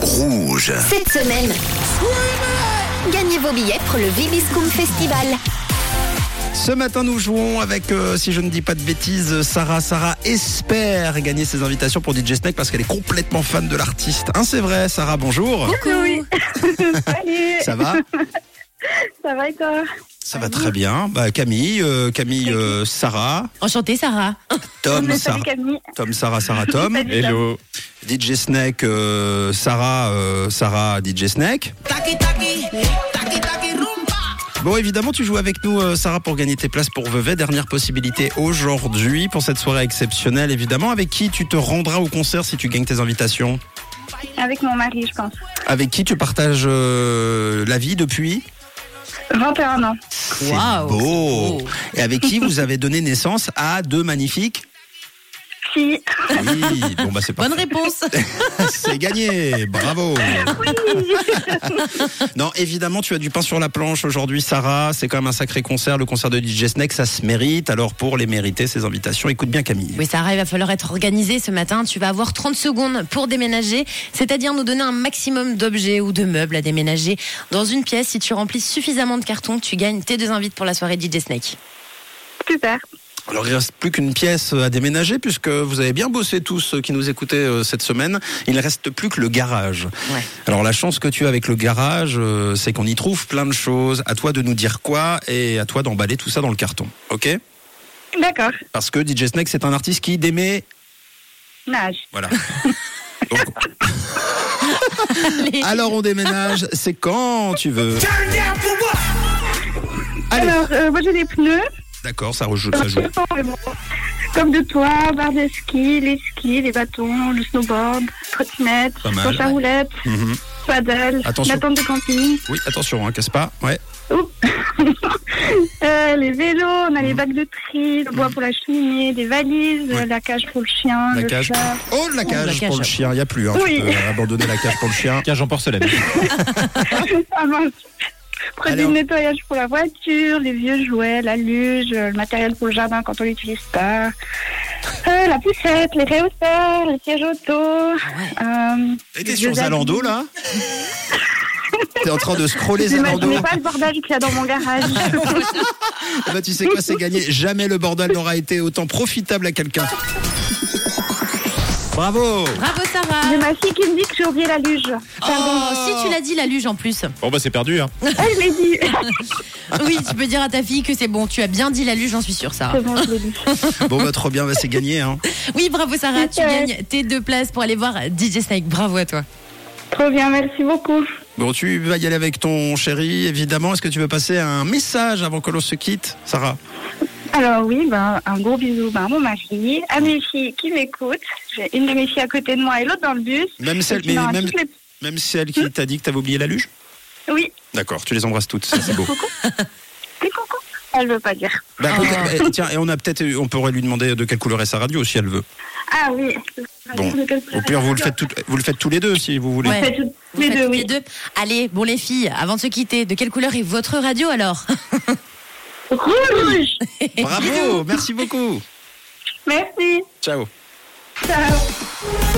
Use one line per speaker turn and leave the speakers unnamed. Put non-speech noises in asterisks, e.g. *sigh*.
Rouge.
Cette semaine, gagnez vos billets pour le Vibiscum Festival.
Ce matin, nous jouons avec, euh, si je ne dis pas de bêtises, Sarah. Sarah espère gagner ses invitations pour DJ Snake parce qu'elle est complètement fan de l'artiste. Hein, c'est vrai, Sarah, bonjour.
Coucou.
Salut,
Ça va
ça va et toi
Ça va très bien. Bah, Camille, euh, Camille, euh, Sarah,
Enchantée Sarah.
Tom,
Mais
Sarah.
salut Camille.
Tom, Sarah, Sarah, *laughs* Tom.
Salut, Hello.
DJ Snake, euh, Sarah, euh, Sarah, DJ Snake. Bon, évidemment, tu joues avec nous, euh, Sarah, pour gagner tes places pour Vevey. Dernière possibilité aujourd'hui pour cette soirée exceptionnelle, évidemment. Avec qui tu te rendras au concert si tu gagnes tes invitations
Avec mon mari, je pense.
Avec qui tu partages euh, la vie depuis
21 ans.
C'est
Waouh,
beau.
c'est beau.
Et avec qui vous avez donné naissance à deux
*laughs*
magnifiques
Si.
Oui, bon bah c'est pas
Bonne réponse.
*laughs* C'est gagné, bravo. non, évidemment, tu as du pain sur la planche aujourd'hui, Sarah. C'est quand même un sacré concert, le concert de DJ Snake, ça se mérite. Alors pour les mériter, ces invitations, écoute bien Camille.
Oui, Sarah, il va falloir être organisée ce matin. Tu vas avoir 30 secondes pour déménager, c'est-à-dire nous donner un maximum d'objets ou de meubles à déménager dans une pièce. Si tu remplis suffisamment de cartons, tu gagnes tes deux invites pour la soirée DJ Snake.
Super.
Alors il reste plus qu'une pièce à déménager puisque vous avez bien bossé tous ceux qui nous écoutaient euh, cette semaine. Il ne reste plus que le garage.
Ouais.
Alors la chance que tu as avec le garage, euh, c'est qu'on y trouve plein de choses. À toi de nous dire quoi et à toi d'emballer tout ça dans le carton, ok
D'accord.
Parce que DJ Snake, c'est un artiste qui démet.
Nage.
*laughs* Voilà. Donc, Alors on déménage, c'est quand tu veux. Allez.
Alors, euh, moi j'ai des pneus.
D'accord, ça, rejoue- ça joue.
Comme de toi, barre de ski, les skis, les bâtons, le snowboard, trottinette,
Pas mal.
planche à roulettes,
Mhm.
paddle,
Attention.
la tente de camping,
Oui, attention, hein, casse pas. Ouais.
Oups. Euh, les vélos, on a les bacs de tri, le bois pour la cheminée, des valises,
Mhm. Ouais.
euh, la cage pour le chien,
La
le
cage.
chat.
Oh, la
la
cage
cage.
pour le chien, il n'y a plus. Hein,
Oui.
Tu peux abandonner la cage pour le chien.
Cage en porcelaine.
Ah mince. Produits
Alors-
de nettoyage pour la voiture, les vieux jouets, la luge, euh, le matériel pour le jardin quand on l'utilise pas, Euh, la poussette, les réhausseurs, les sièges auto. euh,
Ah T'étais
les
sur
vieux habits.
Zalando, là hein, T'es en train de scroller
Vous
Zalando.
imaginez pas le bordage qu'il y a dans mon garage. *laughs*
Eh ben, tu sais quoi, c'est gagné. Jamais le bordel n'aura été autant profitable à quelqu'un. Bravo
Bravo Sarah.
J'ai ma fille qui me dit que j'ai oublié la luge. Pardon.
Oh, si tu l'as dit, la luge en plus.
Bon bah c'est perdu hein.
Ah, je l'ai dit.
Oui, tu peux dire à ta fille que c'est bon. Tu as bien dit la luge, j'en suis sûre, Sarah.
C'est bon, je l'ai dit.
Bon, bah, trop bien, bah, c'est gagné. Hein.
Oui, bravo Sarah. Tu
Ok.
gagnes tes deux places pour aller voir DJ Snake. Bravo à toi.
Trop bien, merci beaucoup.
Bon, tu vas y aller avec ton chéri, évidemment. Est-ce que tu veux passer un message avant que l'on se quitte, Sarah
Alors oui, ben, un gros bisou ben, à mon mari, à mes filles qui m'écoutent. J'ai une de mes filles à côté de moi et l'autre dans le bus.
Même
Et
celle,
puis,
mais
ben,
même,
toutes les-
même celle qui t'a dit que t'avais oublié la luge
Oui,
Hmm D'accord, tu les embrasses toutes, ça, c'est beau.
les cocos. Elle veut pas dire.
*laughs* Bah,
Oh.
peut-être- eh, tiens, et on a peut-être, on pourrait lui demander de quelle couleur est sa radio si elle veut.
Ah oui.
Bon, au pire vous le faites, tout- vous le faites tous les deux si vous voulez.
Ouais.
Faites toutes
Vous
les
faites
deux,
toutes
oui.
Allez, bon les filles, avant de se quitter, de quelle couleur est votre radio alors
Rouge.
Bravo, merci beaucoup.
Merci.
Ciao.
Ciao.